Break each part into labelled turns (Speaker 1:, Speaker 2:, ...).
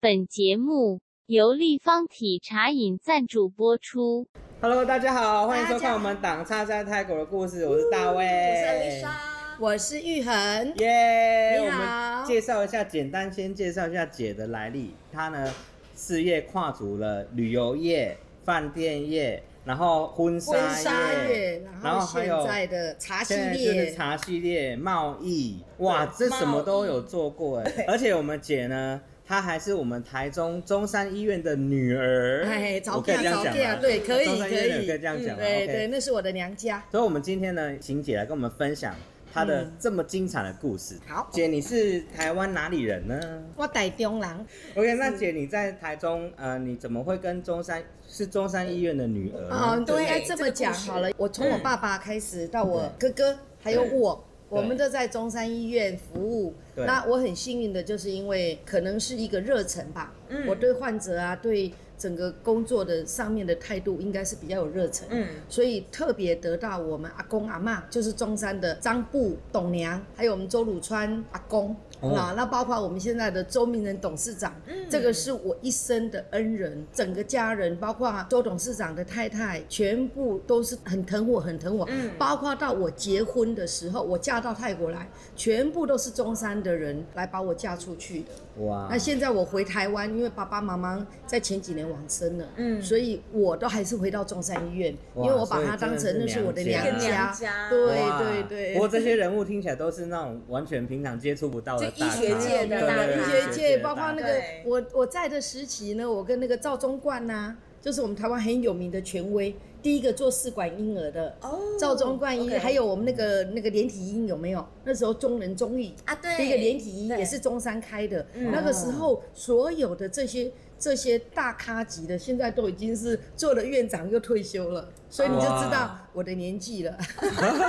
Speaker 1: 本节目由立方体茶饮赞助播出。
Speaker 2: Hello，大家好，欢迎收
Speaker 3: 大家
Speaker 2: 看
Speaker 3: 好
Speaker 2: 我们《党叉在泰国的故事》，我是
Speaker 4: 嗯
Speaker 2: 大卫，
Speaker 3: 我是艾丽莎，
Speaker 4: 我是玉恒，
Speaker 2: 耶
Speaker 4: 你
Speaker 2: 我
Speaker 4: 好
Speaker 2: 们介绍一下，简单先介绍一下姐的来历。她呢，事业跨足了旅游业、饭店业，然后婚纱
Speaker 4: 婚纱
Speaker 2: 业，
Speaker 4: 月，
Speaker 2: 然
Speaker 4: 然
Speaker 2: 后
Speaker 4: 后
Speaker 2: 还
Speaker 4: 现
Speaker 2: 有
Speaker 4: 在的茶系
Speaker 2: 现在就是
Speaker 4: 列，
Speaker 2: 茶系列、贸易，哇，这什么都有做过哎。而且我们姐呢，她还是我们台中中山医院的女儿，
Speaker 4: 哎，早
Speaker 2: 我可以这
Speaker 4: 嫁
Speaker 2: 样
Speaker 4: 早
Speaker 2: 讲
Speaker 4: 嫁，
Speaker 2: 吗？哦
Speaker 4: 对，可以
Speaker 2: 中
Speaker 4: 可
Speaker 2: 山医院
Speaker 4: 以，
Speaker 2: 可以这样讲吗
Speaker 4: 嗯对
Speaker 2: OK
Speaker 4: 对，那是我的娘家。
Speaker 2: 所以，我们今天呢，请姐来跟我们分享她的这么精彩的故事。
Speaker 4: 嗯好
Speaker 2: 姐，你是台湾哪里人呢
Speaker 4: 我台中人，
Speaker 2: ？OK，那姐你在台中，呃，你怎么会跟中山是中山医院的女儿呢？
Speaker 4: 哦，应
Speaker 3: 对
Speaker 4: 该这么讲好
Speaker 2: 哎
Speaker 4: 了。我从我爸爸开始到我哥
Speaker 2: 嗯
Speaker 4: 哥，还有我，我们都在中山医院服务。
Speaker 2: 对
Speaker 4: 那我很幸运的就是因为可能是一个热忱吧，
Speaker 3: 嗯
Speaker 4: 我对患者啊，对整个工作的上面的态度应该是比较有热忱。
Speaker 3: 嗯，
Speaker 4: 所以特别得到我们阿公阿妈，就是中山的张布董娘，还有我们周鲁川阿公啊、
Speaker 2: 哦
Speaker 4: 那包括我们现在的周明仁董事长，这个是我一生的恩人，整个家人，包括周董事长的太太，全部都是很疼我，很疼我，
Speaker 3: 嗯
Speaker 4: 包括到我结婚的时候，我嫁到泰国来，全部都是中山的人来把我嫁出去的。
Speaker 2: 哇，
Speaker 4: 那现在我回台湾，因为爸爸妈妈在前几年往生了，
Speaker 3: 嗯
Speaker 4: 所以我都还是回到中山医院，因
Speaker 2: 哇
Speaker 4: 为我把它当成那是我的
Speaker 2: 所以真
Speaker 4: 娘
Speaker 2: 的是
Speaker 4: 家。
Speaker 3: 娘家
Speaker 2: 哇
Speaker 4: 对对
Speaker 2: 不过
Speaker 4: 对，
Speaker 2: 这些人物听起来都是那种完全平常接触不到的
Speaker 3: 就
Speaker 2: 大咖，
Speaker 3: 医学界的
Speaker 2: 对
Speaker 3: 大
Speaker 2: 对
Speaker 3: 咖
Speaker 4: 医
Speaker 2: 对
Speaker 4: 学
Speaker 2: 医
Speaker 4: 界
Speaker 2: 的大
Speaker 4: 包括
Speaker 2: 咖
Speaker 4: 那个
Speaker 3: 对
Speaker 4: 我我在的时期呢，我跟那个赵忠冠呐、就是我们台湾很有名的权威，第一个做试管婴儿的。
Speaker 3: 哦
Speaker 4: 赵忠冠医
Speaker 3: OK
Speaker 4: 还有我们那个那个连体婴有没有？那时候中人中医
Speaker 3: 啊，对，
Speaker 4: 第一个连体衣
Speaker 3: 对
Speaker 4: 也是中山开的，
Speaker 3: 嗯
Speaker 4: 那
Speaker 2: 哦
Speaker 4: 个时候所有的这些这些大咖级的，现在都已经是做了院长又退休了，所以你就知道
Speaker 2: 哇
Speaker 4: 我的年纪了。
Speaker 2: OK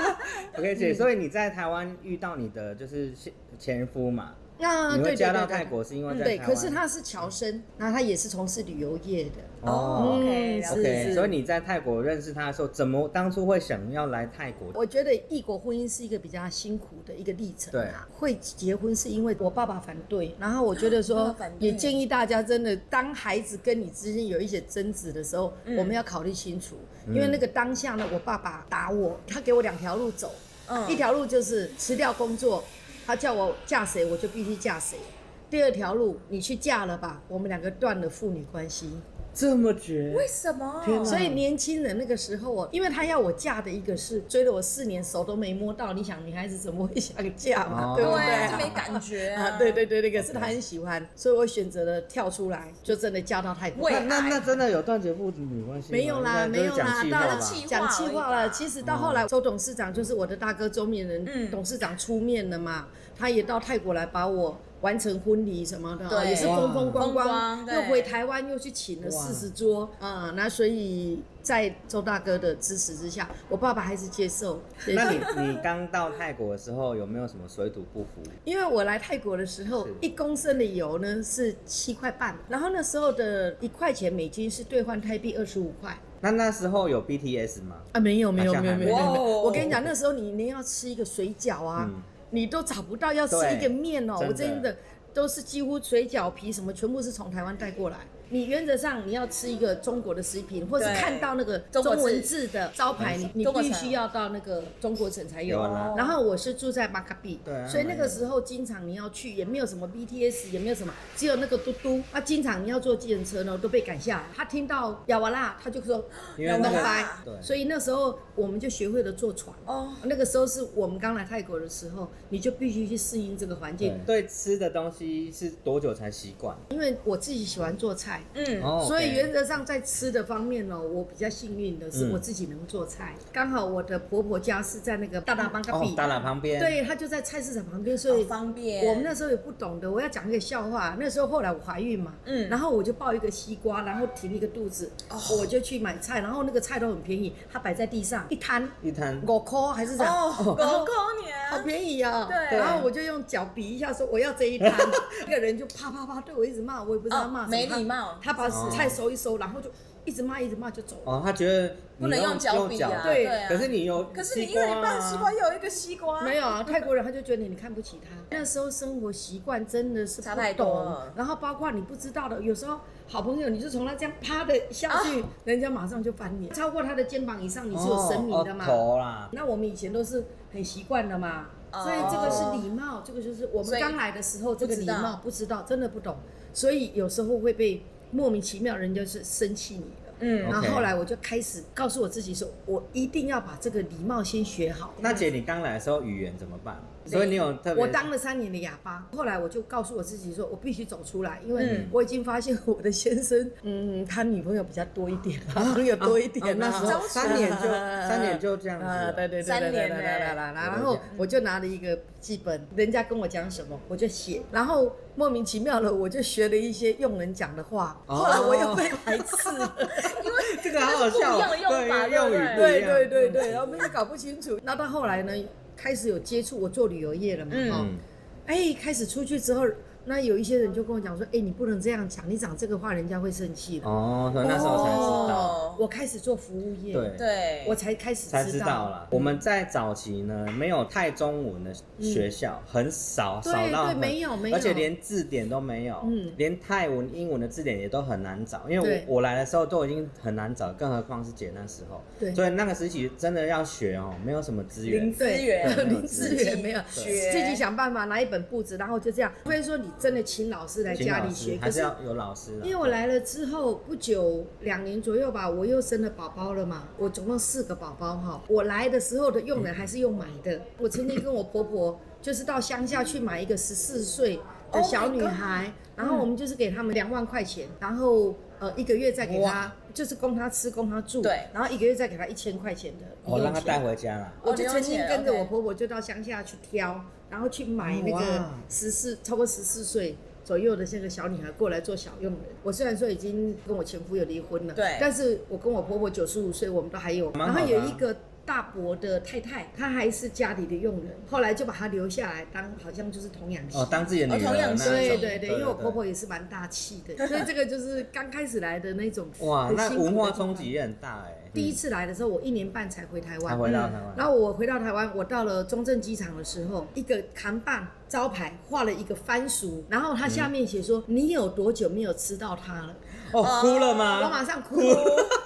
Speaker 4: 嗯
Speaker 2: 姐，所以你在台湾遇到你的就是现前夫嘛？
Speaker 4: 那
Speaker 2: 你
Speaker 4: 啊对
Speaker 2: 会
Speaker 4: 对对
Speaker 2: 嫁
Speaker 4: 对
Speaker 2: 到泰国是因为
Speaker 4: 嗯
Speaker 2: 在
Speaker 4: 对，
Speaker 2: 台
Speaker 4: 可
Speaker 2: 湾嗯
Speaker 4: 是他是侨生，那他也是从事旅游业的。
Speaker 2: 哦
Speaker 3: 哦，OK，
Speaker 4: 嗯
Speaker 3: 了解
Speaker 4: 是
Speaker 2: OK，所以你在泰国认识他的时候，怎么当初会想要来泰国？
Speaker 4: 我觉得异国婚姻是一个比较辛苦的一个历程、
Speaker 2: 对
Speaker 4: 啊。会结婚是因为我爸爸反对，然后我觉得
Speaker 3: 爸爸
Speaker 4: 说
Speaker 3: 反，对
Speaker 4: 也建议大家真的，当孩子跟你之间有一些争执的时候，
Speaker 3: 嗯
Speaker 4: 我们要考虑清楚，
Speaker 2: 嗯
Speaker 4: 因为那个当下呢，我爸爸打我，他给我两条路走，
Speaker 3: 嗯
Speaker 4: 一条路就是辞掉工作，他叫我嫁谁，我就必须嫁谁。第二条路，你去嫁了吧，我们两个断了父女关系。
Speaker 2: 这么绝？
Speaker 3: 为什么？
Speaker 2: 天哪
Speaker 4: 哦所以年轻人那个时候哦，因为他要我嫁的一个是追了我四年，手都没摸到，你想女孩子怎么会想嫁
Speaker 2: 哦
Speaker 4: 嘛，对不
Speaker 3: 对
Speaker 4: 对？
Speaker 3: 啊，就没感觉
Speaker 4: 啊，对对，对对，可是他很喜欢，所以我选择了跳出来，就真的嫁到泰国
Speaker 3: 为。
Speaker 2: 那
Speaker 3: 爱
Speaker 2: 那那真的有断绝父女关系吗？
Speaker 4: 没有啦，
Speaker 2: 应该
Speaker 4: 没
Speaker 2: 都是
Speaker 4: 有啦
Speaker 2: 讲，气话吧嗯
Speaker 4: 到了讲
Speaker 3: 气
Speaker 4: 气话
Speaker 3: 话而已
Speaker 4: 了。
Speaker 3: 吧
Speaker 4: 其实到后来，周董事长就是我的大哥周面人，
Speaker 3: 嗯
Speaker 4: 董事长出面了嘛，他也到泰国来把我完成婚礼什么的，啊
Speaker 3: 对
Speaker 4: 也是风风光
Speaker 3: 风光
Speaker 4: 光，
Speaker 3: 对嗯
Speaker 4: 又回台湾又去请了
Speaker 2: 哇
Speaker 4: 四十桌啊、那所以在周大哥的支持之下，我爸爸还是接受。接 受
Speaker 2: 那你你刚到泰国的时候有没有什么水土不服？
Speaker 4: 因为我来泰国的时候
Speaker 2: 是，
Speaker 4: 一公升的油呢是七块半，然后那时候的一块钱美金是兑换泰币二十五块。
Speaker 2: 那那时候有 BTS 吗？
Speaker 4: 啊，没有没有
Speaker 2: 好像
Speaker 4: 没有
Speaker 2: 还
Speaker 4: 没有，没有
Speaker 3: 没有
Speaker 4: 没
Speaker 3: 哇哦
Speaker 4: 有我跟你讲，那时候你连要吃一个水饺啊，
Speaker 2: 嗯
Speaker 4: 你都找不到要吃
Speaker 2: 对
Speaker 4: 一个面哦、
Speaker 2: 真的
Speaker 4: 我真的都是几乎水饺皮什么全部是从台湾带过来。你原则上你要吃一个中国的食品，或是
Speaker 3: 对
Speaker 4: 看到那个
Speaker 3: 中
Speaker 4: 中
Speaker 3: 国字嗯
Speaker 4: 文字的招牌，你你
Speaker 3: 中国
Speaker 4: 必
Speaker 3: 城
Speaker 4: 须要到那个中国城才有。
Speaker 2: 有啦
Speaker 4: 然后我是住在马卡比，
Speaker 2: 对啊
Speaker 4: 所以那个时候经常你要去，也没有什么 BTS，也没有什么，只有那个嘟嘟。那经常你要坐计程车呢，都被赶下来。他听到雅瓦拉，他就说
Speaker 2: 因为那
Speaker 4: 弄
Speaker 2: 个
Speaker 4: 掰
Speaker 2: 对，
Speaker 4: 所以那时候我们就学会了坐船。
Speaker 3: 哦，
Speaker 4: 那个时候是我们刚来泰国的时候，你就必须去适应这个环境
Speaker 2: 对。对吃的东西是多久才习惯？
Speaker 4: 因为我自己喜欢做菜，
Speaker 3: 嗯，
Speaker 2: 哦，
Speaker 4: 所以
Speaker 2: OK
Speaker 4: 原则上在吃的方面呢、我比较幸运的是
Speaker 2: 嗯
Speaker 4: 我自己能做菜。刚好我的婆婆家是在那个大大邦咖
Speaker 2: 哦
Speaker 4: 比，啊
Speaker 2: 大喇旁边，哦
Speaker 4: 对，她就在菜市场旁边，所
Speaker 3: 很
Speaker 4: 以
Speaker 3: 方便。
Speaker 4: 我们那时候也不懂得，我要讲一个笑话。那时候后来我怀孕嘛，
Speaker 3: 嗯
Speaker 4: 然后我就抱一个西瓜，然后挺一个肚子，
Speaker 2: 哦
Speaker 4: 我就去买菜，然后那个菜都很便宜，它摆在地上一摊
Speaker 2: 一摊
Speaker 4: 五块还是啥？
Speaker 3: 哦，
Speaker 4: 然后
Speaker 3: 狗狗年，
Speaker 4: 好便宜啊！
Speaker 3: 对
Speaker 4: 然 后我就用脚比一下，说我要这一摊，那个人就啪啪啪对我一直骂，我也不知道骂什么，
Speaker 3: 哦没礼貌闹，
Speaker 4: 他把
Speaker 2: 哦
Speaker 4: 菜收一收，然后就一直骂一直骂就走了。
Speaker 2: 哦，他觉得
Speaker 3: 不
Speaker 2: 你
Speaker 3: 能用脚比啊，
Speaker 4: 对
Speaker 3: 啊。
Speaker 2: 可是你有，
Speaker 3: 可是你一人一半西瓜，又有一个西瓜，哦
Speaker 4: 没有啊，泰国人他就觉得你看不起他。那时候生活习惯真的是不
Speaker 3: 差太多
Speaker 4: 懂
Speaker 3: 了，
Speaker 4: 然后包括你不知道的，有时候好朋友你就从他这样趴的下去，
Speaker 3: 啊
Speaker 4: 人家马上就翻脸，超过他的肩膀以上你是有神明的嘛。
Speaker 2: 哦头啦，
Speaker 4: 那我们以前都是很习惯的嘛，
Speaker 3: 哦
Speaker 4: 所以这个是礼貌，这个就是我
Speaker 3: 所
Speaker 4: 们
Speaker 3: 以
Speaker 4: 刚来的时候这个
Speaker 3: 不
Speaker 4: 礼
Speaker 3: 知道
Speaker 4: 貌不知道，真的不懂，所以有时候会被莫名其妙人家是生气你了。
Speaker 3: 嗯
Speaker 2: OK
Speaker 4: 然后后来我就开始告诉我自己说，我一定要把这个礼貌先学好。
Speaker 2: 那姐，你刚来的时候语言怎么办？所以你有特别，哦
Speaker 4: 我当了三年的哑巴，后来我就告诉我自己说，我必须走出来，因为
Speaker 3: 嗯
Speaker 4: 我已经发现我的先生，嗯，他女朋友比较多一点， 朋友多一
Speaker 2: 哦
Speaker 4: 点、
Speaker 2: 那时
Speaker 3: 招
Speaker 2: 候
Speaker 3: 数
Speaker 2: 三年就三年就这样子
Speaker 4: 啊，对
Speaker 2: 了，
Speaker 4: 对对
Speaker 3: 三
Speaker 4: 对对
Speaker 3: 年
Speaker 4: 对
Speaker 3: 嘞
Speaker 4: 对啦，然后我就拿了一个记本，人家跟我讲什么我就写，然后莫名其妙了我就学了一些用人讲的话，
Speaker 2: 哦
Speaker 4: 后来我又被排斥了，
Speaker 3: 因为
Speaker 2: 这个好好笑哦，
Speaker 3: 这是不一样的用法
Speaker 2: 对用语不一
Speaker 3: 对不
Speaker 4: 对
Speaker 2: 样
Speaker 4: 对对对，然后我们也搞不清楚。那到后来呢，开始有接触，我做旅游业了嘛，
Speaker 3: 嗯
Speaker 4: 哈、
Speaker 2: 嗯，
Speaker 4: 哎，开始出去之后，那有一些人就跟我讲说，哎，你不能这样讲，你讲这个话人家会生气的。
Speaker 2: 哦，所以那时候才知道，
Speaker 3: 哦
Speaker 4: 我开始做服务业，
Speaker 2: 对
Speaker 3: 对，
Speaker 4: 我才开始
Speaker 2: 才知道啦。我们在早期呢，没有太中文的学校，很少
Speaker 4: 嗯对
Speaker 2: 少到
Speaker 4: 对，
Speaker 2: 很
Speaker 4: 没有没有，
Speaker 2: 而且连字典都没有，
Speaker 4: 嗯
Speaker 2: 连泰文、英文的字典也都很难找，因为
Speaker 4: 对
Speaker 2: 我我来的时候都已经很难找，更何况是姐那时候，
Speaker 4: 对
Speaker 2: 所以那个时期真的要学哦，没有什么资
Speaker 3: 零
Speaker 2: 源，
Speaker 3: 资
Speaker 4: 对
Speaker 3: 源
Speaker 2: 没有
Speaker 4: 零
Speaker 2: 资
Speaker 4: 资
Speaker 3: 源
Speaker 4: 源没有，
Speaker 3: 学
Speaker 4: 自己想办法拿一本簿子，然后就这样。除非说你真的请老师来
Speaker 2: 请
Speaker 4: 家
Speaker 2: 老
Speaker 4: 里
Speaker 2: 师
Speaker 4: 学，
Speaker 2: 还
Speaker 4: 可
Speaker 2: 是
Speaker 4: 是
Speaker 2: 要有老师啦
Speaker 4: 因为我来了之后不久，两年左右吧，我又生了宝宝了嘛，我总共四个宝宝哈。我来的时候的用人还是用买的，我曾经跟我婆婆就是到乡下去买一个十四岁的
Speaker 3: Oh my
Speaker 4: 小女
Speaker 3: God
Speaker 4: 孩，然后我们就是给他们两万块钱，然后呃一个月再给她
Speaker 3: 哇，
Speaker 4: 就是供她吃供她住，
Speaker 3: 对
Speaker 4: 然后一个月再给她一千块钱的
Speaker 2: 我
Speaker 4: 零
Speaker 2: 哦让
Speaker 4: 用
Speaker 2: 他
Speaker 4: 钱。
Speaker 2: 带回家啦。
Speaker 4: 我就曾经跟着
Speaker 3: 哦了解
Speaker 4: 我婆婆就到乡下去挑，然后去买那个
Speaker 2: 哇
Speaker 4: 十四超过十四岁左右的这个小女孩过来做小佣人。我虽然说已经跟我前夫有离婚了，
Speaker 3: 对
Speaker 4: 但是我跟我婆婆九十五岁，我们都还有。
Speaker 2: 蛮好
Speaker 4: 然
Speaker 2: 的啊
Speaker 4: 后有一个大伯的太太，她还是家里的佣人，后来就把她留下来当好像就是童养媳。
Speaker 2: 哦，当自己的女
Speaker 3: 哦同
Speaker 2: 儿
Speaker 3: 样
Speaker 2: 那
Speaker 3: 是
Speaker 2: 一
Speaker 4: 对
Speaker 2: 种
Speaker 4: 对对，因为我婆婆也是蛮大气的，所以这个就是刚开始来的那种
Speaker 2: 哇，
Speaker 4: 很
Speaker 2: 那
Speaker 4: 辛苦的
Speaker 2: 文化
Speaker 4: 地方
Speaker 2: 冲击。也很大哎。
Speaker 4: 第一次来的时候，我一年半才回台
Speaker 2: 嗯
Speaker 4: 湾，
Speaker 2: 才回到台
Speaker 4: 然
Speaker 2: 湾，
Speaker 4: 后我回到台湾，我到了中正机场的时候，一个扛棒招牌画了一个番薯，然后它
Speaker 2: 嗯
Speaker 4: 下面写说、你有多久没有吃到它了？
Speaker 2: 哦，哭了
Speaker 4: 我
Speaker 2: 吗？
Speaker 4: 马 上哭了，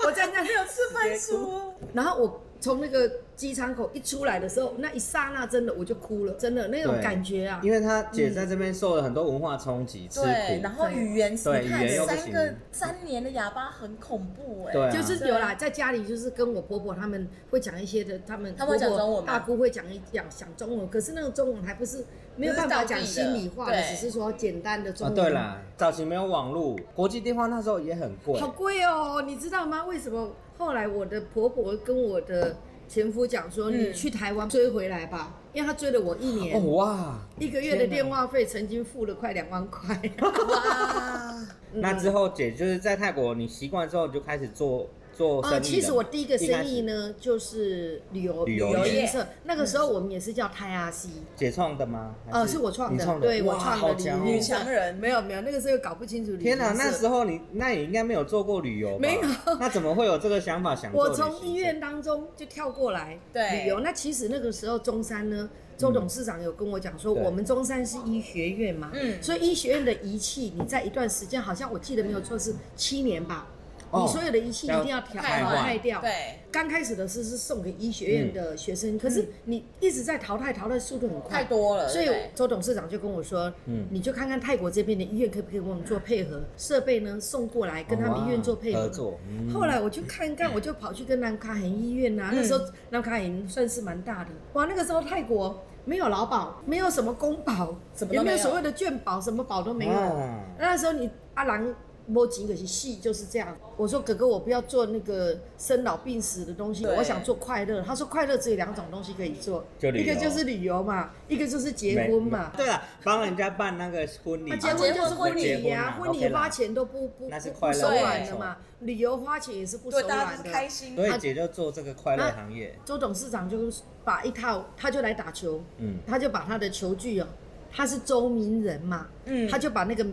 Speaker 4: 我站在那，
Speaker 3: 有吃番薯，
Speaker 4: 然后我从那个机场口一出来的时候，那一刹那真的我就哭了，真的那种
Speaker 2: 对
Speaker 4: 感觉啊。
Speaker 2: 因为她姐在这边受了很多文化冲击，吃
Speaker 3: 对，然
Speaker 2: 苦，
Speaker 3: 后语言，你
Speaker 2: 对语言又
Speaker 3: 看
Speaker 2: 不
Speaker 3: 三个
Speaker 2: 行
Speaker 3: 三年的哑巴很恐怖哎，
Speaker 2: 对 啊，
Speaker 4: 就是有啦，在家里就是跟我婆婆他们会讲一些的，他们
Speaker 3: 他们会讲
Speaker 4: 婆婆
Speaker 3: 中文吗
Speaker 4: 大姑会讲一讲讲中文，可是那种中文还不是没有办法讲心里话
Speaker 3: 不
Speaker 4: 的
Speaker 3: 是道，地的
Speaker 4: 只是说简单的中
Speaker 2: 啊，
Speaker 4: 文。
Speaker 2: 对啦，早期没有网络，国际电话那时候也很贵
Speaker 4: 好，贵哦，你知道吗？为什么后来我的婆婆跟我的前夫讲说，
Speaker 3: 嗯
Speaker 4: 你去台湾追回来吧，因为他追了我一年，
Speaker 2: 哦哇，
Speaker 4: 一个月的电话费曾经付了快两万块。
Speaker 3: 哇，
Speaker 4: 嗯
Speaker 2: 那之后姐就是在泰国，你习惯之后你就开始做做生意了吗。
Speaker 4: 呃，其实我第一个生意
Speaker 2: 一开始，
Speaker 4: 呢，就是旅游
Speaker 2: 旅游业嗯
Speaker 4: 旅行社，那个时候我们也是叫泰阿西。
Speaker 2: 姐创的吗？还
Speaker 4: 呃，是我创
Speaker 2: 啊你
Speaker 4: 的，
Speaker 2: 创
Speaker 4: 对我
Speaker 2: 哇
Speaker 4: 创
Speaker 2: 好
Speaker 4: 的
Speaker 2: 强哦
Speaker 4: 旅
Speaker 3: 女强人
Speaker 4: 没有没有，那个时候搞不清楚旅行
Speaker 2: 天
Speaker 4: 社。
Speaker 2: 哪，那时候你那你应该没有做过旅游吧，
Speaker 4: 没有
Speaker 2: 那怎么会有这个想法想做
Speaker 4: 我
Speaker 2: 旅行社？
Speaker 4: 从医院当中就跳过来
Speaker 3: 对
Speaker 4: 旅游。那其实那个时候中山呢，周董事长有跟我讲说，
Speaker 2: 嗯对
Speaker 4: 我们中山是医学院嘛，
Speaker 3: 嗯
Speaker 4: 所以医学院的仪器，你在一段时间，好像我记得没有错是七年吧，
Speaker 2: 哦
Speaker 4: 你所有的仪器一定要调
Speaker 3: 汰换
Speaker 4: 淘汰掉。
Speaker 3: 对，
Speaker 4: 刚开始的是是送给医学院的
Speaker 2: 嗯
Speaker 4: 学生，可是你一直在淘汰，淘汰速度很快，
Speaker 3: 嗯太多了，
Speaker 4: 所以
Speaker 3: 对
Speaker 4: 周董事长就跟我说，
Speaker 2: 嗯
Speaker 4: 你就看看泰国这边的医院可不可以跟我们做配合，设备呢送过来跟他们医院做配
Speaker 2: 哦哇
Speaker 4: 合。
Speaker 2: 合作。嗯
Speaker 4: 后来我去看一看，我就跑去跟南卡恒医院呐、啊，那时候南卡恒算是蛮大的，哇，那个时候泰国没有劳保，没有什么公保，
Speaker 3: 什么都
Speaker 4: 也
Speaker 3: 没
Speaker 4: 有
Speaker 3: 有
Speaker 4: 所谓的眷保，什么保都没有。
Speaker 2: 哇
Speaker 4: 那时候你阿郎摸几个戏就是这样。我说哥哥，我不要做那个生老病死的东西，
Speaker 3: 对
Speaker 4: 我想做快乐。他说快乐只有两种东西可以做，
Speaker 2: 就旅游
Speaker 4: 一个就是旅游嘛，一个就是结婚嘛
Speaker 2: 没。对了，帮人家办那个婚礼嘛，
Speaker 4: 那啊结
Speaker 3: 结
Speaker 4: 婚就是婚礼呀、
Speaker 2: 啊
Speaker 4: 婚礼
Speaker 2: OK 啦
Speaker 4: 花钱都不不
Speaker 2: 那是
Speaker 4: 不
Speaker 2: 快
Speaker 4: 不
Speaker 2: 乐
Speaker 4: 手软
Speaker 3: 没
Speaker 4: 的
Speaker 2: 错
Speaker 4: 嘛，旅游花钱也是不手
Speaker 3: 对，
Speaker 4: 软的。
Speaker 3: 大家就是开心，
Speaker 2: 所以姐就做这个快乐行业。
Speaker 4: 周董事长就把一套，他就来打球，
Speaker 2: 嗯，
Speaker 4: 他就把他的球具哦，他是周明人嘛，
Speaker 3: 嗯
Speaker 4: 他就把那个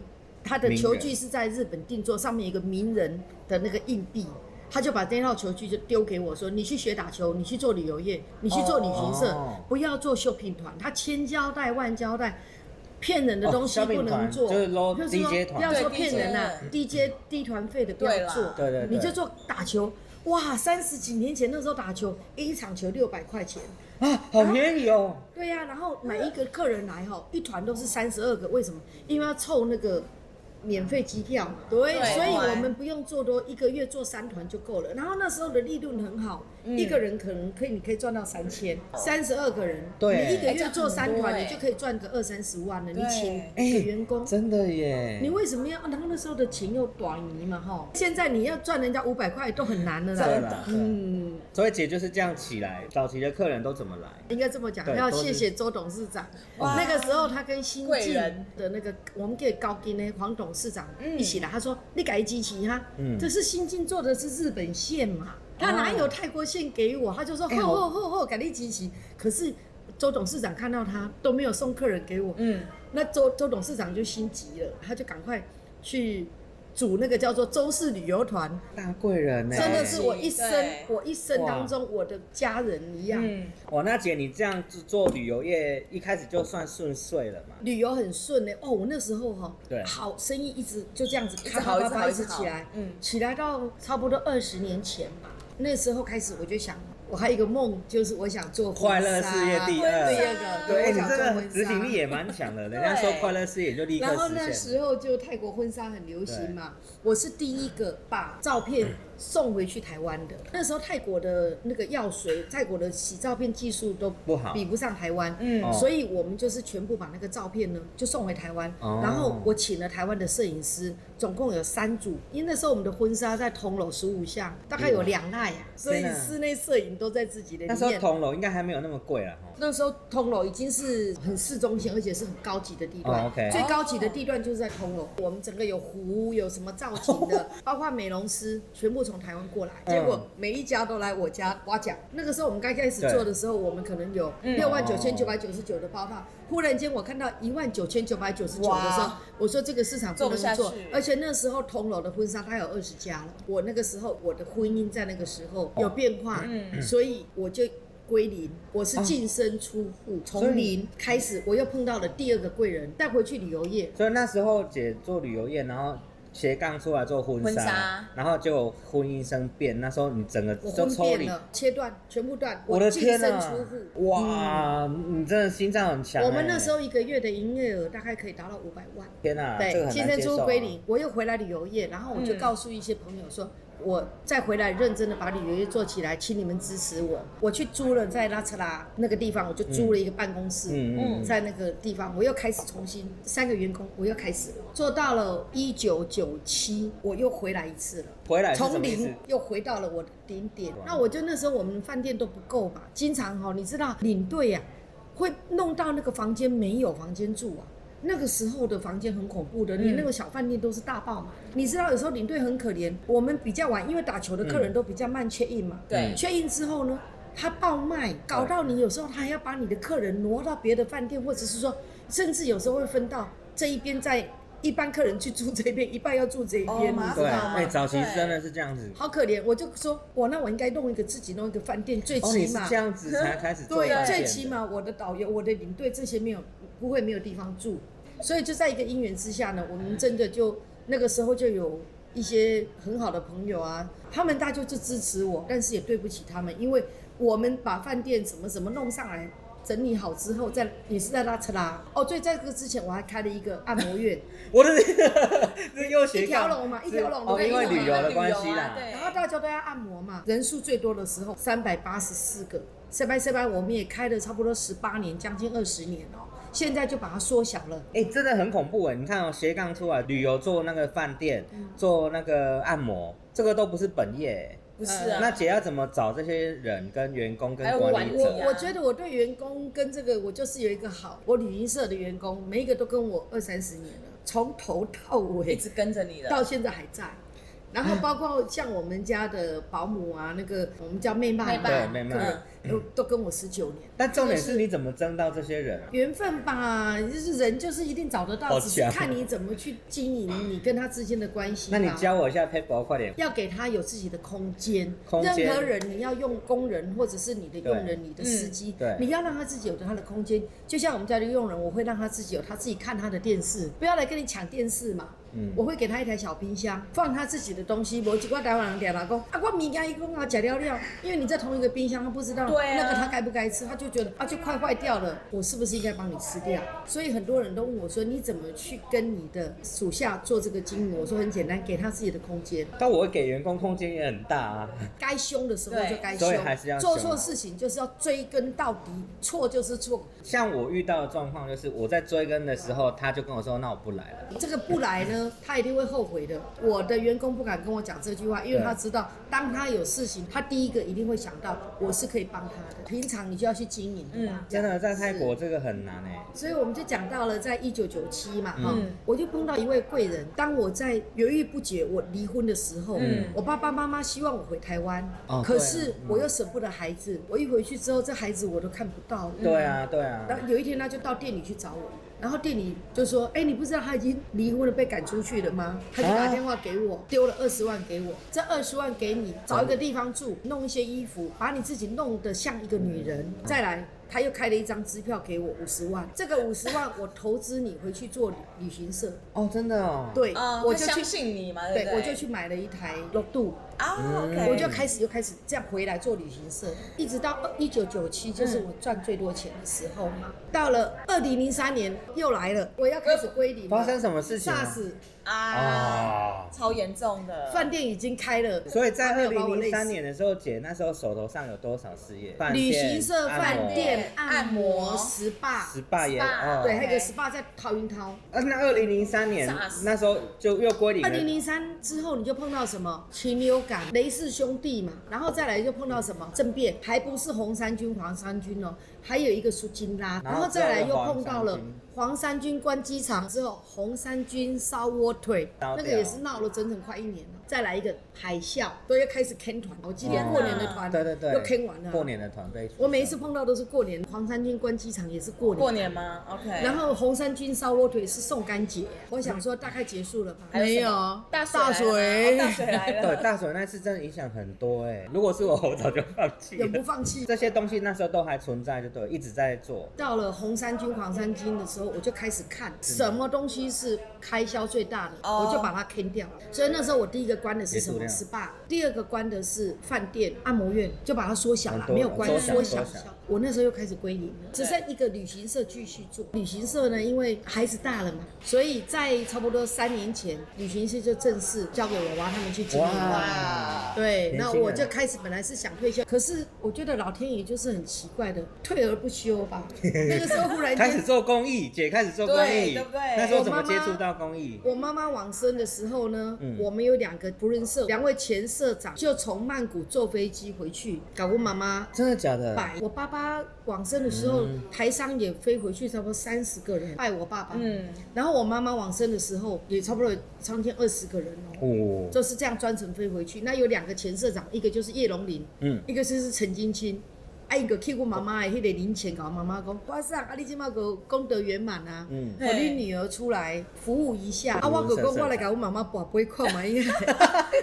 Speaker 4: 他的
Speaker 2: 名
Speaker 4: 球
Speaker 2: 人
Speaker 4: 具是在日本定做，上面有一个名人的那个硬币，他就把那套球具就丢给我说：“你去学打球，你去做旅游业，你去做旅行社，
Speaker 2: 哦
Speaker 4: 不要做秀品团。”他千交代万交代，骗人的
Speaker 2: 哦
Speaker 4: 东西
Speaker 2: 小品
Speaker 4: 不能
Speaker 2: 团
Speaker 4: 做，
Speaker 2: 就是 low
Speaker 4: 就是说
Speaker 2: DJ 团
Speaker 4: 不要说
Speaker 3: 对
Speaker 4: 骗人啊
Speaker 3: DJ
Speaker 4: ，DJ 低团费的不
Speaker 3: 对
Speaker 4: 要
Speaker 3: 啦
Speaker 4: 做，
Speaker 2: 对对对
Speaker 4: 你就做打球。哇，三十几年前那时候打球，一场球六百块钱，
Speaker 2: 啊，好便宜哦。
Speaker 4: 对呀、然后每一个客人来哈，一团都是三十二个，为什么？因为要凑那个免费机票嘛。对
Speaker 3: 对
Speaker 4: 所以我们不用做多，一个月做三团就够了。然后那时候的利润很好，
Speaker 3: 嗯
Speaker 4: 一个人可能可以，你可以赚到三千，三十二个人，
Speaker 2: 对
Speaker 4: 你一个
Speaker 3: 哎这
Speaker 4: 月
Speaker 3: 样
Speaker 4: 做三团，
Speaker 3: 很多
Speaker 4: 你就可以赚个二三十万了。你
Speaker 3: 对
Speaker 4: 请
Speaker 2: 哎
Speaker 4: 一个员工。
Speaker 2: 真的耶，
Speaker 4: 你为什么要？啊然后那时候的钱又短泥嘛，哈！现在你要赚人家五百块都很难了
Speaker 2: 对
Speaker 4: 啦。
Speaker 2: 啦，嗯，
Speaker 4: 嗯，
Speaker 2: 所以姐就是这样起来。早期的客人都怎么来？
Speaker 4: 应该这么讲，
Speaker 2: 对
Speaker 4: 要
Speaker 2: 都是
Speaker 4: 谢谢周董事长。
Speaker 3: 哇
Speaker 4: 那个时候他跟新
Speaker 3: 贵
Speaker 4: 进
Speaker 3: 人
Speaker 4: 的那个我们给高金呢黄董事长
Speaker 3: 嗯
Speaker 4: 一起来，他说你改机器哈
Speaker 2: 嗯，
Speaker 4: 这是新进做的是日本线嘛，他
Speaker 3: 啊
Speaker 4: 哪有泰国线给我？他就说
Speaker 2: 哎
Speaker 4: 吼
Speaker 2: 好
Speaker 4: 吼吼吼改你机器，可是。周董事长看到他都没有送客人给我，
Speaker 3: 嗯，
Speaker 4: 那周周董事长就心急了，他就赶快去组那个叫做周氏旅游团，
Speaker 2: 大贵人呢？
Speaker 4: 真的是我一生
Speaker 3: 对
Speaker 4: 我一生
Speaker 2: 哎哇
Speaker 4: 当中我的家人一样，
Speaker 3: 嗯，
Speaker 2: 哇，哦那姐你这样子做旅游业，一开始就算顺遂了嘛？
Speaker 4: 旅游很顺呢、哦，我那时候哈、
Speaker 2: 对
Speaker 4: 好生意一直就这样子
Speaker 3: 一直
Speaker 4: 咔
Speaker 3: 好，
Speaker 4: 咔咔
Speaker 3: 一直
Speaker 4: 咔一
Speaker 3: 好，一
Speaker 4: 直
Speaker 3: 直
Speaker 4: 起来，
Speaker 3: 嗯，
Speaker 4: 起来到差不多二十年前吧。那时候开始我就想，我还有一个梦，就是我想做婚纱
Speaker 2: 快乐事业第二
Speaker 4: 第二个，
Speaker 2: 对，哎
Speaker 4: 我
Speaker 2: 你
Speaker 4: 想
Speaker 2: 这
Speaker 4: 做
Speaker 2: 个
Speaker 4: 婚纱
Speaker 2: 执行力也蛮强 的，人家说快乐事业就立刻
Speaker 4: 然后
Speaker 2: 实
Speaker 4: 那
Speaker 2: 现
Speaker 4: 时
Speaker 2: 了。
Speaker 4: 候就泰国婚纱很流行嘛，我是第一个把照片送回去台湾的。那时候泰国的那个药水，泰国的洗照片技术都
Speaker 2: 不好
Speaker 4: 比不上台湾。
Speaker 3: 嗯
Speaker 2: 哦
Speaker 4: 所以我们就是全部把那个照片呢就送回台湾。
Speaker 2: 哦
Speaker 4: 然后我请了台湾的摄影师，总共有三组，因为那时候我们的婚纱在铜楼十五巷，大概有
Speaker 2: 嗯
Speaker 4: 两奈啊，所以
Speaker 2: 天哪
Speaker 4: 室内摄影都在自己的里
Speaker 2: 那时候
Speaker 4: 面。
Speaker 2: 铜楼应该还没有那么贵了哈。
Speaker 4: 那时候通楼已经是很市中心，而且是很高级的地段。
Speaker 2: 哦，OK
Speaker 4: 最高级的地段就是在通楼。我们整个有湖，有什么造型 的，包括美容师，全部从台湾过来。
Speaker 2: 嗯
Speaker 4: 结果每一家都来我家刮奖。那个时候我们刚开始
Speaker 2: 对
Speaker 4: 做的时候，我们可能有
Speaker 3: 嗯
Speaker 4: 六万九千九百九十九的包套，忽然间我看到一万九千九百九十九的时候
Speaker 3: 哇，
Speaker 4: 我说这个市场不
Speaker 3: 做不下
Speaker 4: 能做
Speaker 3: 去，
Speaker 4: 而且那时候通楼的婚纱它有二十家了。我那个时候我的婚姻在那个时候
Speaker 3: 哦
Speaker 4: 有变化，
Speaker 3: 嗯
Speaker 4: 所以我就归零，我是净身出户，
Speaker 2: 哦所以
Speaker 4: 从零开始，我又碰到了第二个贵人，带回去旅游业。
Speaker 2: 所以那时候姐做旅游业，然后斜杠出来做婚
Speaker 3: 婚
Speaker 2: 纱
Speaker 3: 纱，
Speaker 2: 然后就婚姻生变。那时候你整个
Speaker 4: 我
Speaker 2: 就
Speaker 4: 婚
Speaker 2: 抽
Speaker 4: 变
Speaker 2: 离，
Speaker 4: 了，切断，全部断，
Speaker 2: 我的
Speaker 4: 净
Speaker 2: 天啊
Speaker 4: 身
Speaker 2: 呐！
Speaker 4: 出户。
Speaker 2: 哇，你真的心脏很强欸。
Speaker 4: 我们那时候一个月的营业额大概可以达到五百万，
Speaker 2: 天哪，这个
Speaker 4: 对，
Speaker 2: 很
Speaker 4: 净
Speaker 2: 难
Speaker 4: 身
Speaker 2: 接
Speaker 4: 出
Speaker 2: 受
Speaker 4: 户
Speaker 2: 啊
Speaker 4: 归零。我又回来旅游业，然后我就
Speaker 3: 嗯
Speaker 4: 告诉一些朋友说，我再回来认真的把旅游业做起来，请你们支持我。我去租了在拉扯拉那个地方，我就租了一个办公室，
Speaker 2: 嗯嗯嗯
Speaker 4: 在那个地方，我又开始重新三个员工，我又开始了做到了一九九七，我又回来一次了。
Speaker 2: 回来是什
Speaker 4: 从
Speaker 2: 么意思
Speaker 4: 零？又回到了我的顶点
Speaker 2: 哇。
Speaker 4: 那我就那时候我们饭店都不够嘛，经常哈、哦，你知道领队呀、会弄到那个房间没有房间住啊。那个时候的房间很恐怖的，
Speaker 2: 嗯
Speaker 4: 连那个小饭店都是大爆满。你知道有时候领队很可怜，我们比较晚，因为打球的客人都比较慢 check in 嘛。
Speaker 3: 对，
Speaker 4: 确认之后呢，他爆卖，搞到你有时候他还要把你的客人挪到别的饭店，或者是说，甚至有时候会分到这一边在一般客人去住这边，一半要住这一边，
Speaker 3: 哦
Speaker 4: 你
Speaker 3: 麻
Speaker 4: 知
Speaker 2: 对，
Speaker 3: 烦
Speaker 4: 道吗？
Speaker 3: 啊
Speaker 2: 哎，早期
Speaker 3: 对
Speaker 2: 真的是这样子。
Speaker 4: 好可怜，我就说，我那我应该弄一个自己弄一个饭店，最
Speaker 2: 哦，你
Speaker 4: 哎起
Speaker 2: 是
Speaker 4: 码、
Speaker 2: 这样子才开始做饭店
Speaker 4: 对，啊
Speaker 2: 的，
Speaker 4: 最起码我的导游、我的领队这些没有不会没有地方住，所以就在一个因缘之下呢，我们真的就那个时候就有一些很好的朋友啊，他们大家就支持我，但是也对不起他们，因为我们把饭店什么什么弄上来。整理好之后，在也是在拉扯拉哦。对，在这个之前我还开了一个按摩院，
Speaker 2: 我的 这又斜杠
Speaker 4: 一条龙嘛
Speaker 2: 是
Speaker 4: 一条龙
Speaker 2: 哦，
Speaker 4: 对
Speaker 2: 因为旅游的关系
Speaker 3: 因为旅游啊
Speaker 2: 啦，
Speaker 3: 对
Speaker 4: 然后大家都要按摩嘛，人数最多的时候三百八十四个，三百三百，我们也开了差不多十八年，将近二十年哦、现在就把它缩小了。
Speaker 2: 哎、真的很恐怖哎！你看哦，斜杠出来旅游做那个饭店，
Speaker 4: 嗯
Speaker 2: 做那个按摩，这个都不是本业
Speaker 3: 不
Speaker 2: 哎。
Speaker 3: 是啊，
Speaker 2: 那姐要怎么找这些人、跟员工、跟
Speaker 3: 还有
Speaker 2: 管理
Speaker 3: 管理
Speaker 2: 者？
Speaker 3: 啊
Speaker 4: 我我觉得我对员工跟这个，我就是有一个好，我旅行社的员工每一个都跟我二三十年了，从头到
Speaker 3: 一
Speaker 4: 尾
Speaker 3: 直跟着你的，
Speaker 4: 到现在还在。然后包括像我们家的保姆啊，那个我们叫妹妈，
Speaker 3: 妹爸
Speaker 2: 对妹妈
Speaker 3: 嗯
Speaker 4: 都都跟我十九年。
Speaker 2: 但重点是你怎么争到这些人啊？
Speaker 4: 缘分吧，就是人就是一定找得
Speaker 2: 好
Speaker 4: 到，只是
Speaker 2: 强
Speaker 4: 看你怎么去经营你跟他之间的关系吧。
Speaker 2: 那你教我一下 paper，快点。
Speaker 4: 要给他有自己的空间，
Speaker 2: 空间
Speaker 4: 任何人你要用工人或者是你的用人、你的司机，
Speaker 2: 对
Speaker 4: 你要让他自己有他的空间。就像我们家的佣人，我会让他自己有他自己看他的电视，不要来跟你抢电视嘛。
Speaker 2: 嗯
Speaker 4: 我会给他一台小冰箱，放他自己的东西。我几个台湾人点老公啊，我米家一公啊，假料料，因为你在同一个冰箱，他不知道
Speaker 3: 对啊
Speaker 4: 那个他该不该吃，他就觉得啊，就快坏掉了，我是不是应该帮你吃掉？所以很多人都问我说，你怎么去跟你的属下做这个经营？我说很简单，给他自己的空间。
Speaker 2: 但我给员工空间也很大啊。
Speaker 4: 该凶的时候就该
Speaker 2: 对所
Speaker 4: 凶
Speaker 2: 以还是要，凶啊
Speaker 4: 做错事情就是要追根到底，错就是错。
Speaker 2: 像我遇到的状况就是，我在追更的时候，他就跟我说：“那我不来了。
Speaker 4: 这个不来呢，他一定会后悔的。我的员工不敢跟我讲这句话，因为
Speaker 2: 对
Speaker 4: 他知道，当他有事情，他第一个一定会想到我是可以帮他的。平常你就要去经营的嘛”。
Speaker 2: 真的，在泰
Speaker 4: 是
Speaker 2: 国这个很难哎、
Speaker 4: 所以我们就讲到了，在一九九七嘛，哈、
Speaker 2: 嗯
Speaker 4: 我就碰到一位贵人。当我在犹豫不决，我离婚的时候，
Speaker 3: 嗯
Speaker 4: 我爸爸妈妈希望我回台湾，
Speaker 2: 哦
Speaker 4: 可
Speaker 2: 对
Speaker 4: 是
Speaker 2: 啊嗯
Speaker 4: 我又舍不得孩子。我一回去之后，这孩子我都看不到。
Speaker 2: 对啊，对啊。
Speaker 4: 然后有一天他就到店里去找我，然后店里就说：“哎、你不知道他已经离婚了，被赶出去了吗？”他就打
Speaker 2: 啊
Speaker 4: 电话给我，丢了二十万给我，这二十万给你，找一个地方住，弄一些衣服，把你自己弄得像一个女人，再来。他又开了一张支票给我五十万，这个五十万我投资你回去做旅旅行社，
Speaker 2: 哦，真的哦。。
Speaker 4: 对，
Speaker 3: 啊，
Speaker 4: 我
Speaker 3: 我
Speaker 4: 就
Speaker 3: 相
Speaker 4: 去，
Speaker 3: 信你嘛，
Speaker 4: 对
Speaker 3: 不
Speaker 4: 我就去买了一台罗度，
Speaker 3: 啊
Speaker 2: 嗯
Speaker 3: ，OK，
Speaker 4: 我就开始又开始这样回来做旅行社，一直到一九九七，就是
Speaker 2: 嗯
Speaker 4: 我赚最多钱的时候嘛。到了二零零三年又来了，我要开始归零了。
Speaker 2: 发生什么事情啊
Speaker 4: SARS
Speaker 3: 啊，
Speaker 2: 啊。
Speaker 3: 超严重的，
Speaker 4: 饭店已经开了，
Speaker 2: 呃所以在
Speaker 4: 他没
Speaker 2: 二
Speaker 4: 有把
Speaker 2: 零
Speaker 4: 我
Speaker 2: 零
Speaker 4: 累
Speaker 2: 三
Speaker 4: 死。
Speaker 2: 年的时候，姐那时候手头上有多少事业？饭
Speaker 4: 旅
Speaker 2: 店
Speaker 4: 行社、饭店、按
Speaker 3: 按摩
Speaker 4: 摩、SPA，
Speaker 2: ，SPA 也有。
Speaker 3: SPA
Speaker 2: 哦
Speaker 4: 对，还有个
Speaker 3: OK
Speaker 4: SPA 在陶云涛。
Speaker 2: 啊，那二零零三年
Speaker 3: SARS
Speaker 2: 那时候就又归零了。
Speaker 4: 二零零三之后，你就碰到什么禽流感、雷氏兄弟嘛，然后再来就碰到什么政变，还不是红三军、黄三军哦，还有一个苏金拉，
Speaker 2: 然
Speaker 4: 然
Speaker 2: 后
Speaker 4: 后再来又碰到
Speaker 2: 再来
Speaker 4: 了
Speaker 2: 黄三军
Speaker 4: 黄三军关机场之后，红三军烧窝腿，
Speaker 2: 烧掉
Speaker 4: 那个也是闹了整整快一年了。再来一个海啸，都要开始坑团，我今年
Speaker 2: 哦
Speaker 4: 过年的团，
Speaker 2: 对对对，
Speaker 4: 又坑完了。
Speaker 2: 过，年的团队，
Speaker 4: 我每一次碰到都是过年，黄三军关机场也是过年。
Speaker 3: 过年吗？OK，
Speaker 4: 然后红山军烧火腿是宋干节，我想说大概结束了吧？
Speaker 3: 还有什么大水来了哦大水来
Speaker 2: 对
Speaker 3: 了，
Speaker 2: 大水那次真的影响很多哎、如果是我，我早就放弃
Speaker 4: 永不
Speaker 2: 了。
Speaker 4: 放弃。
Speaker 2: 这些东西那时候都还存在，就对了，一直在做。
Speaker 4: 到了红三军、黄三军的时候，我就开始看
Speaker 2: 嗯
Speaker 4: 什么东西是开销最大的，
Speaker 3: 哦
Speaker 4: 我就把它坑掉了。所以那时候我第一个关的是什么
Speaker 2: 也是
Speaker 4: ？SPA，第二个关的是饭店、按摩院，就把它缩小了
Speaker 2: 很，多
Speaker 4: 没有关
Speaker 2: 缩
Speaker 3: 小
Speaker 4: 缩小
Speaker 2: 缩小。
Speaker 4: 我那时候又开始归零了，只
Speaker 3: 对
Speaker 4: 剩一个旅行社继续做。旅行社呢，因为孩子大了嘛，所以在差不多三年前，旅行社就正式交给我娃他们去经营了。
Speaker 2: 哇，
Speaker 4: 对，
Speaker 2: 年
Speaker 4: 那
Speaker 2: 轻
Speaker 4: 我
Speaker 2: 人啊
Speaker 4: 就开始本来是想退休，可是我觉得老天爷就是很奇怪的，退而不休 吧。那个时候忽然
Speaker 2: 开始
Speaker 4: 间，
Speaker 2: 做公益，姐开始做公益，
Speaker 3: 对对不对
Speaker 2: 那时候怎么
Speaker 4: 我妈妈
Speaker 2: 接触到公益？
Speaker 4: 我妈妈往生的时候呢，
Speaker 2: 嗯
Speaker 4: 我们有两个福仁社，两位前社长就从曼谷坐飞机回去，搞我妈妈。
Speaker 2: 真的假的？
Speaker 4: 拜我爸爸往生的时候，
Speaker 2: 呃嗯
Speaker 4: 台商也飞回去，差不多三十个人拜我爸爸。
Speaker 3: 嗯，
Speaker 4: 然后我妈妈往生的时候，也差不多有将近二十个人哦，
Speaker 2: 哦，
Speaker 4: 就是这样专程飞回去。那有两个前社长，一个就是叶龙林，
Speaker 2: 嗯，
Speaker 4: 一个就是陈金清，啊，伊个去阮妈妈的迄个零钱，甲阮妈妈讲，我说啊，你即马个功德圆满啊，
Speaker 2: 嗯
Speaker 4: 我你女儿出来服务一下，啊，我就讲我来甲阮妈妈跋杯看嘛，因为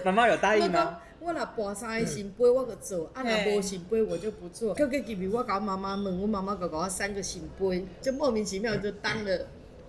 Speaker 2: 妈妈有答
Speaker 4: 我
Speaker 2: 应吗
Speaker 4: 讲？我若跋三个新杯，我就做；啊，若
Speaker 3: 嘿
Speaker 4: 无新杯，我就不做。到个入面，我甲阮妈妈问，阮妈妈就甲我三个新杯，就莫名其妙就当了。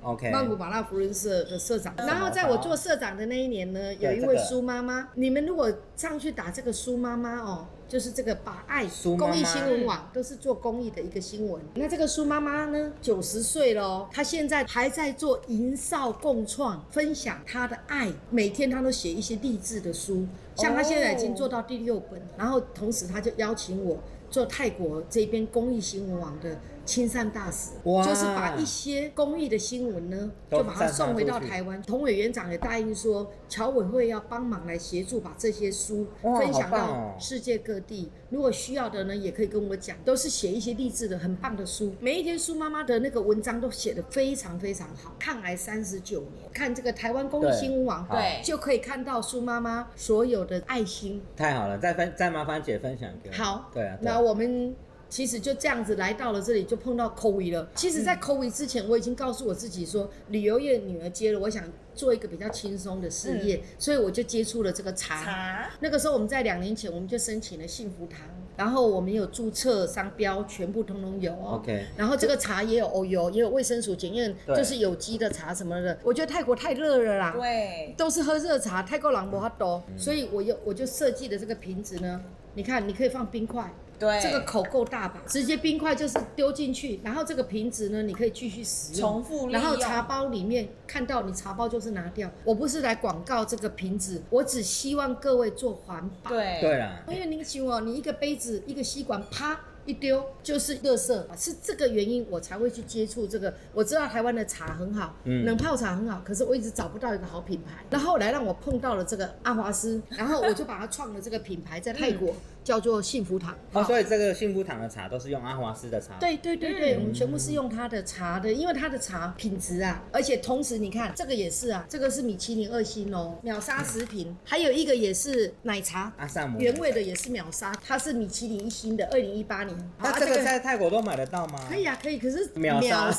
Speaker 2: OK，嗯
Speaker 4: 曼谷马拉福伦社的社长。然后在我做社长的那一年呢，有
Speaker 2: 对
Speaker 4: 一
Speaker 2: 这
Speaker 4: 位
Speaker 2: 个
Speaker 4: 苏妈妈，你们如果上去打这个苏妈妈哦，就是这个把爱
Speaker 2: 苏妈妈
Speaker 4: 公益新闻网，都是做公益的一个新闻。那这个苏妈妈呢，九十岁了哦，她现在还在做营造共创，分享她的爱，每天她都写一些励志的书，像她现在已经做到第六本，然后同时她就邀请我。做泰国这边公益新闻网的亲善大使，
Speaker 2: 哇
Speaker 4: 就是把一些公益的新闻呢，
Speaker 2: 都
Speaker 4: 就把它送回到
Speaker 2: 散发出去
Speaker 4: 台湾。童委员长也答应说，侨委会要帮忙来协助把这些书
Speaker 2: 哇
Speaker 4: 分享
Speaker 2: 好棒哦
Speaker 4: 到世界各地。如果需要的呢，也可以跟我讲，都是写一些励志的、很棒的书。每一天苏妈妈的那个文章都写得非常非常好，抗癌三十九年，看这个台湾公益
Speaker 2: 对
Speaker 4: 新闻网
Speaker 2: 好
Speaker 3: 对
Speaker 4: 就可以看到苏妈妈所有的爱心。
Speaker 2: 太好了，再分再麻烦姐分享给我。
Speaker 4: 好，
Speaker 2: 对啊，对啊
Speaker 4: 那我们其实就这样子来到了这里，就碰到 COVID 了。其实，在 COVID 之前，我已经告诉我自己说，旅游业女儿接了，我想做一个比较轻松的事业，
Speaker 2: 嗯
Speaker 4: 所以我就接触了这个茶。
Speaker 3: 茶
Speaker 4: 那个时候我们在两年前，我们就申请了幸福堂，然后我们有注册商标，全部通通有哦。
Speaker 2: OK，
Speaker 4: 然后这个茶也有欧油，也有卫生署检验，
Speaker 2: 对
Speaker 4: 就是有机的茶什么的。我觉得泰国太热了啦，
Speaker 3: 对，
Speaker 4: 都是喝热茶，泰国人不法多，所以我又我就设计的这个瓶子呢，你看你可以放冰块，
Speaker 3: 对，
Speaker 4: 这个口够大吧？直接冰块就是丢进去，然后这个瓶子呢，你可以继续使用。
Speaker 3: 重复利用，
Speaker 4: 然后茶包里面看到你茶包就是拿掉，我不是来广告这个瓶子，我只希望各位做环保。，
Speaker 3: 对
Speaker 2: 对啦，
Speaker 4: 因为您请我，你一个杯子一个吸管啪一丢就是垃圾，是这个原因我才会去接触这个。我知道台湾的茶很好，
Speaker 2: 嗯
Speaker 4: 冷泡茶很好，可是我一直找不到一个好品牌。然后后来让我碰到了这个阿华斯，然后我就把它创了这个品牌，在泰国、叫做幸福
Speaker 2: 嗯
Speaker 4: 堂。啊
Speaker 2: 哦，所以这个幸福堂的茶都是用阿华斯的茶。
Speaker 4: 对对对对，我们全部是用它的茶的，因为它的茶品质啊，而且同时你看这个也是啊，这个是米其林二星哦，秒杀食品，还有一个也是奶茶。
Speaker 2: 阿萨姆
Speaker 4: 原味的也是秒杀，它是米其林一星的，二零一八年。
Speaker 2: 那
Speaker 4: 啊
Speaker 2: 这个在泰国都买得到吗？
Speaker 4: 可以啊，可以，可是
Speaker 2: 秒杀，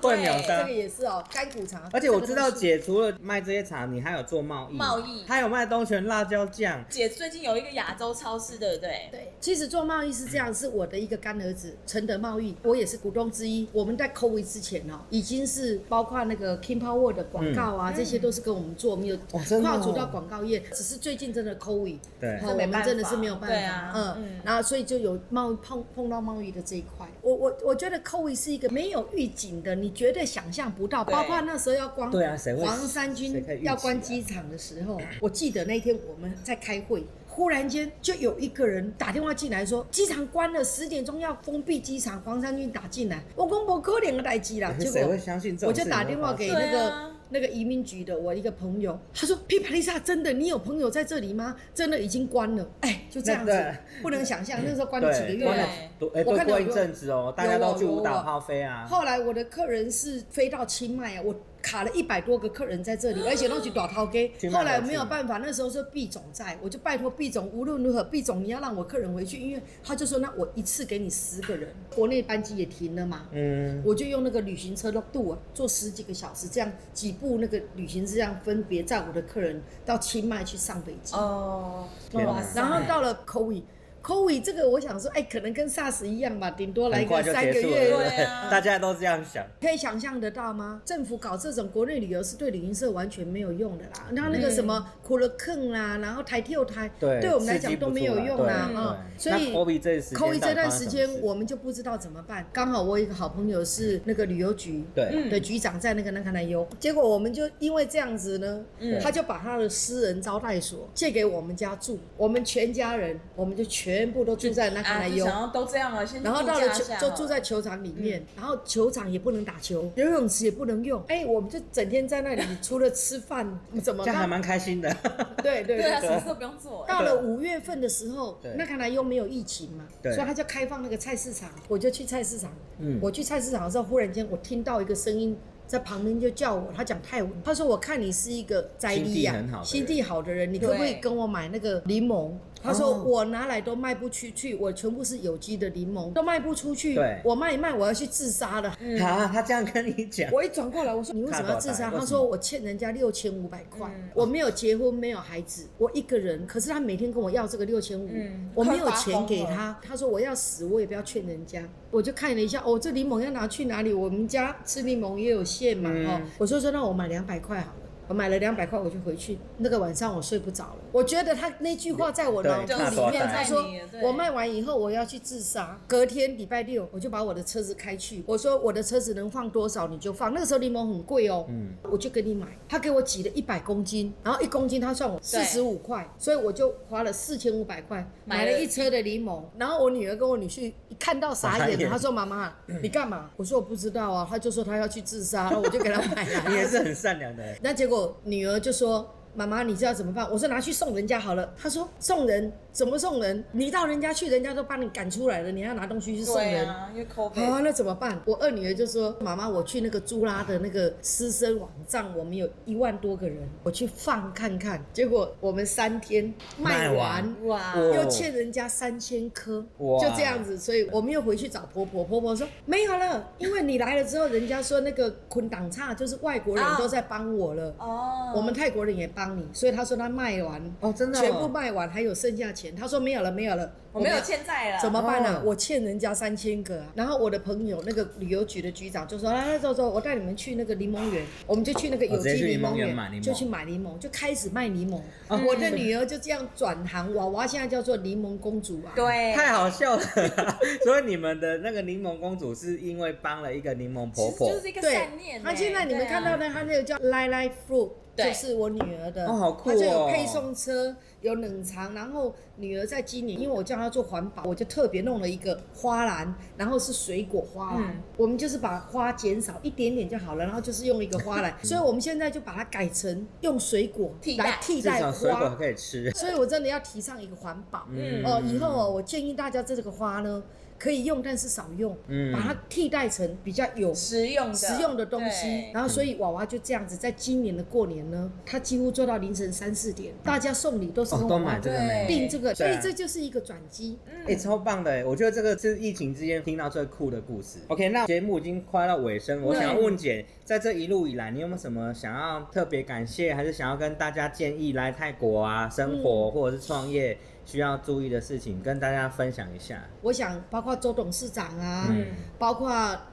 Speaker 2: 会秒
Speaker 4: 这
Speaker 2: 杀
Speaker 4: 个。也是哦，干骨茶。
Speaker 2: 而且我知道
Speaker 4: 这个都是
Speaker 2: 姐除了卖这些茶，你还有做贸易，
Speaker 3: 贸易
Speaker 2: 还有卖东泉辣椒酱。
Speaker 3: 姐最近有一个亚洲超市，对不对？
Speaker 4: 对，其实做贸易是这样，是我的一个干儿子承德贸易，我也是股东之一。我们在 COVID 之前哦，已经是包括那个 King Power 的广告
Speaker 3: 嗯
Speaker 4: 啊，这些都是跟我们做，我们有
Speaker 2: 哦真的哦
Speaker 4: 跨足到广告业。只是最近真的 COVID，
Speaker 2: 对
Speaker 4: 哦我
Speaker 3: 没办
Speaker 4: 们
Speaker 3: 法
Speaker 4: 真的是没有办
Speaker 3: 对
Speaker 4: 法
Speaker 3: 啊，
Speaker 4: 嗯
Speaker 3: 嗯，
Speaker 4: 然后所以就有贸易碰碰到贸易的这一块。我我我觉得 COVID 是一个没有预警的，你绝对想象不到，
Speaker 3: 对
Speaker 4: 包括那时候要关
Speaker 2: 对啊谁会
Speaker 4: 黄
Speaker 2: 谁
Speaker 4: 山军
Speaker 2: 可以预期啊
Speaker 4: 要关机场的时候，我记得那天我们在开会，忽然间就有一个人打电话进来说，机场关了，十点钟要封闭机场。黄山军打进来，我公婆可怜的待机啦，
Speaker 2: 可是
Speaker 4: 结
Speaker 2: 哎谁
Speaker 4: 果
Speaker 2: 会相信这
Speaker 4: 我
Speaker 2: 种事情
Speaker 4: 就打电话
Speaker 2: 会
Speaker 4: 给
Speaker 2: 发生
Speaker 4: 那
Speaker 3: 对
Speaker 4: 个、
Speaker 3: 啊
Speaker 4: 那个移民局的我一个朋友，他说：“皮帕丽莎，真的，你有朋友在这里吗？真的已经关了，哎，就这样
Speaker 2: 那
Speaker 4: 子
Speaker 2: 个，
Speaker 4: 不能想象，那时候关了几个
Speaker 2: 对
Speaker 4: 月
Speaker 2: 关
Speaker 4: 啊
Speaker 2: 了
Speaker 3: 对
Speaker 2: 多哎，
Speaker 4: 我
Speaker 2: 都
Speaker 4: 看到
Speaker 2: 过
Speaker 4: 有
Speaker 2: 一阵子哦，大家都去五岛炮飞啊。
Speaker 4: 后来我的客人是飞到清迈啊，我卡了一百多个客人在 这里，而且都去打掏给
Speaker 2: 清。迈
Speaker 4: 后来
Speaker 2: 哪去
Speaker 4: 没有办法，那时候是毕总在，我就拜托毕总，无论如何，毕总你要让我客人回去，因为他就说那我一次给你十个人，国内班机也停了嘛。
Speaker 2: 嗯，
Speaker 4: 我就用那个旅行车的渡啊，坐十几个小时，这样几部那个旅行是这样分别载我的客人到清迈去上北京。
Speaker 3: 哦，
Speaker 2: 天哪
Speaker 4: 然后到了 COVID。COVID 这个我想说，哎、可能跟 SARS 一样吧，顶多来
Speaker 2: 很
Speaker 4: 个
Speaker 2: 快就
Speaker 4: 三
Speaker 2: 结
Speaker 4: 个
Speaker 2: 束了，
Speaker 4: 月
Speaker 2: 对不
Speaker 3: 对
Speaker 2: 对
Speaker 3: 啊？
Speaker 2: 大家都这样想。
Speaker 4: 可以想象得到吗？政府搞这种国内旅游是对旅行社完全没有用的啦。然后那个什么
Speaker 2: 嗯
Speaker 4: 苦了坑啦，然后台跳台，
Speaker 2: 对，
Speaker 4: 我们来讲
Speaker 2: 刺激不
Speaker 4: 都没有用
Speaker 2: 住
Speaker 4: 啦
Speaker 2: 了对
Speaker 4: 啊。
Speaker 2: 对
Speaker 4: 所以
Speaker 2: 那 COVID 这时间
Speaker 4: COVID 这
Speaker 2: 到底
Speaker 4: 段
Speaker 2: 发生
Speaker 4: 时
Speaker 2: 什么
Speaker 4: 间
Speaker 2: 事
Speaker 4: 我们就不知道怎么办。刚好我有一个好朋友是那个旅游局，
Speaker 2: 对，
Speaker 4: 的局长在那个南卡南优，结果我们就因为这样子呢，
Speaker 3: 嗯
Speaker 4: 他就把他的私人招待所借给我们家住，我们全家人我们就全部都住在南卡
Speaker 3: 啊，
Speaker 4: 南
Speaker 3: 就
Speaker 4: 优。
Speaker 3: 想要都这样了，先
Speaker 4: 然后
Speaker 3: 度
Speaker 4: 到了
Speaker 3: 假一
Speaker 4: 球
Speaker 3: 下
Speaker 4: 就
Speaker 3: 好
Speaker 4: 住
Speaker 3: 了嗯
Speaker 4: 在球场里面，然后球场也不能打球，游泳池也不能用，哎，我们就整天在那里，除了吃饭怎么
Speaker 2: 这样还
Speaker 4: 办？
Speaker 2: 蛮开心的。
Speaker 4: 对对
Speaker 3: 对啊，
Speaker 4: 对。
Speaker 3: 什么事都不用做，
Speaker 4: 到了五月份的时候
Speaker 2: 对，
Speaker 4: 那看来又没有疫情嘛，
Speaker 2: 对
Speaker 4: 所以他就开放那个菜市场，我就去菜市场。
Speaker 2: 嗯
Speaker 4: 我去菜市场的时候，忽然间我听到一个声音在旁边就叫我，他讲泰文，他说：“我看你是一个摘利
Speaker 2: 心地很好的
Speaker 4: 呀，
Speaker 2: 人
Speaker 4: 心地好的人，你可不可以
Speaker 3: 对
Speaker 4: 跟我买那个柠檬？”他说：“
Speaker 2: 哦
Speaker 4: 我拿来都卖不出去，我全部是有机的柠檬，都卖不出去
Speaker 2: 对，
Speaker 4: 我卖一卖我要去自杀了。”
Speaker 2: 啊，他这样跟你讲，
Speaker 4: 我一转过来，我说你为什么要自
Speaker 2: 大
Speaker 4: 杀？
Speaker 2: 倒带
Speaker 4: 他说我欠人家六千五百块
Speaker 3: 嗯，
Speaker 4: 我没有结婚，没有孩子，我一个人。可是他每天跟我要这个六千五
Speaker 3: 嗯，
Speaker 4: 我没有钱给他。他说我要死，我也不要劝人家。我就看了一下，哦，这柠檬要拿去哪里？我们家吃柠檬也有限嘛，
Speaker 2: 嗯
Speaker 4: 哦，我说说那我买两百块好了。我买了两百块，我就回去。那个晚上我睡不着了，我觉得他那句话在我脑
Speaker 2: 对
Speaker 4: 子里面，
Speaker 2: 大
Speaker 4: 他
Speaker 3: 大
Speaker 4: 说
Speaker 3: 大大
Speaker 4: 我卖完以后我要去自杀。隔天礼拜六我就把我的车子开去，我说我的车子能放多少你就放。那个时候柠檬很贵哦，
Speaker 2: 嗯，
Speaker 4: 我就给你买。他给我挤了一百公斤，然后一公斤他算我四十五块，所以我就花了四千五百块买
Speaker 3: 买了
Speaker 4: 了一车的柠檬。然后我女儿跟我女婿一看到傻
Speaker 2: 傻
Speaker 4: 眼了，
Speaker 2: 眼
Speaker 4: 他说：“妈妈，你干嘛？”我说：“我不知道啊。”他就说他要去自杀，然后我就给他买来。
Speaker 2: 你也是很善良的人，
Speaker 4: 那结果女儿就说：“妈妈，你知道怎么办？”我说：“拿去送人家好了。”她说：“送人怎么送人？你到人家去，人家都把你赶出来了，你还要拿东西去送
Speaker 3: 对
Speaker 4: 人。
Speaker 3: 啊，因为
Speaker 4: 啊，
Speaker 3: COVID，
Speaker 4: 那怎么办？我二女儿就说：“妈妈，我去那个朱拉的那个师生网站，我们有一万多个人，我去放看看。”结果我们三天卖
Speaker 2: 卖完
Speaker 4: 完，
Speaker 3: 哇
Speaker 2: 我
Speaker 4: 又欠人家三千颗，
Speaker 2: 哇
Speaker 4: 就这样子，所以我们又回去找婆婆。婆婆说没有了，因为你来了之后，人家说那个捆挡差就是外国人
Speaker 3: 啊
Speaker 4: 都在帮我了，
Speaker 3: 哦，
Speaker 4: 我们泰国人也帮你，所以她说她卖完，
Speaker 2: 哦，真的哦，
Speaker 4: 全部卖完还有剩下钱，她说没有了，没有了，
Speaker 3: 我没
Speaker 4: 们
Speaker 3: 有
Speaker 4: 要
Speaker 3: 欠债了，
Speaker 4: 怎么办呢、啊
Speaker 2: 哦
Speaker 4: 我欠人家三千个、啊。然后我的朋友那个旅游局的局长就说：“来来走走，我带你们去那个柠檬园，我们就去那个有
Speaker 2: 哦直接
Speaker 4: 机
Speaker 2: 去
Speaker 4: 柠
Speaker 2: 柠檬
Speaker 4: 檬
Speaker 2: 园
Speaker 4: 园，
Speaker 2: 买柠檬
Speaker 4: 就去买柠檬，就开始卖柠檬。
Speaker 2: 哦
Speaker 4: 我的女儿就这样转行，娃娃现在叫做柠檬公主啊。
Speaker 3: 对，
Speaker 2: 哎太好笑了。 所以你们的那个柠檬公主是因为帮了一个柠檬
Speaker 3: 其
Speaker 2: 婆
Speaker 3: 实
Speaker 2: 婆
Speaker 3: 就，是一个
Speaker 4: 对
Speaker 3: 善念欸。
Speaker 4: 那现在你们
Speaker 3: 对啊
Speaker 4: 看到的，它那个叫 l i l i Fruit，
Speaker 3: 对
Speaker 4: 就是我女儿的，
Speaker 2: 哦好酷
Speaker 4: 它就有
Speaker 2: 哦
Speaker 4: 配送车，有冷藏。然后女儿在今年，因为我叫她做环保，我就特别弄了一个花篮，然后是水果花篮。
Speaker 3: 嗯
Speaker 4: 我们就是把花减少一点点就好了，然后就是用一个花 篮。所以我们现在就把它改成用水果
Speaker 3: 替代
Speaker 4: 来替
Speaker 2: 至
Speaker 4: 代
Speaker 2: 少水果还
Speaker 4: 花。
Speaker 2: 可以吃。
Speaker 4: 所以我真的要提倡一个环保。
Speaker 3: 嗯
Speaker 4: 哦，以后哦，，我建议大家这个花呢可以用，但是少用，
Speaker 2: 嗯
Speaker 4: 把它替代成比较有
Speaker 3: 实用的
Speaker 4: 实用的东西。
Speaker 3: 对
Speaker 4: 然后，所以娃娃就这样子，在今年的过年呢，他几乎做到凌晨三四点，大家送礼都是
Speaker 2: 哦
Speaker 4: 跟，
Speaker 2: 都
Speaker 4: 娃
Speaker 2: 买
Speaker 4: 娃
Speaker 2: 这个没？
Speaker 4: 订这个，所
Speaker 2: 对啊
Speaker 4: 以这就是一个转机。
Speaker 3: 嗯
Speaker 2: 哎、超棒的哎！我觉得这个是疫情之间听到最酷的故事。OK，那节目已经快到尾声，我想要问姐，在这一路以来，你有没有什么想要特别感谢，还是想要跟大家建议来泰国啊生活、或者是创业需要注意的事情，跟大家分享一下？
Speaker 4: 我想，包括周董事长啊，
Speaker 3: 嗯，
Speaker 4: 包括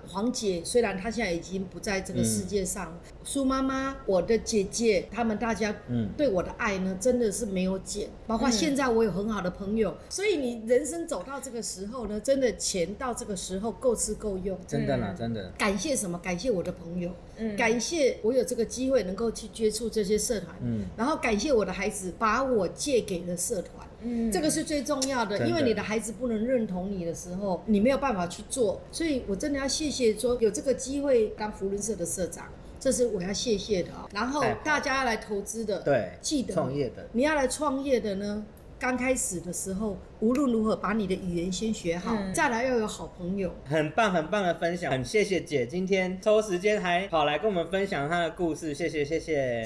Speaker 4: 黄姐，虽然她现在已经不在这个世界上，苏妈妈、我的姐姐，她们大家
Speaker 2: 嗯，
Speaker 4: 对我的爱呢，真的是没有减。包括现在我有很好的朋
Speaker 3: 嗯
Speaker 4: 友，所以你人生走到这个时候呢，真的钱到这个时候够吃够用。
Speaker 2: 真的啦，
Speaker 3: 嗯
Speaker 2: 真的，
Speaker 4: 感谢什么？感谢我的朋友，
Speaker 3: 嗯
Speaker 4: 感谢我有这个机会能够去接触这些社团，
Speaker 2: 嗯
Speaker 4: 然后感谢我的孩子把我借给了社团。
Speaker 3: 嗯
Speaker 4: 这个是最重要
Speaker 2: 真
Speaker 4: 的，
Speaker 2: 的
Speaker 4: 因为你的孩子不能认同你的时候，你没有办法去做。所以我真的要谢谢说有这个机会当福伦社的社长，这是我要谢谢的啊、然后
Speaker 2: 太好
Speaker 4: 大家要来投资的，
Speaker 2: 对，
Speaker 4: 记得
Speaker 2: 创业的，
Speaker 4: 你要来创业的呢，刚开始的时候，无论如何把你的语言先学好，
Speaker 3: 嗯
Speaker 4: 再来要有好朋友。
Speaker 2: 很棒很棒的分享，很谢谢姐今天抽时间还跑来跟我们分享她的故事，谢谢谢谢。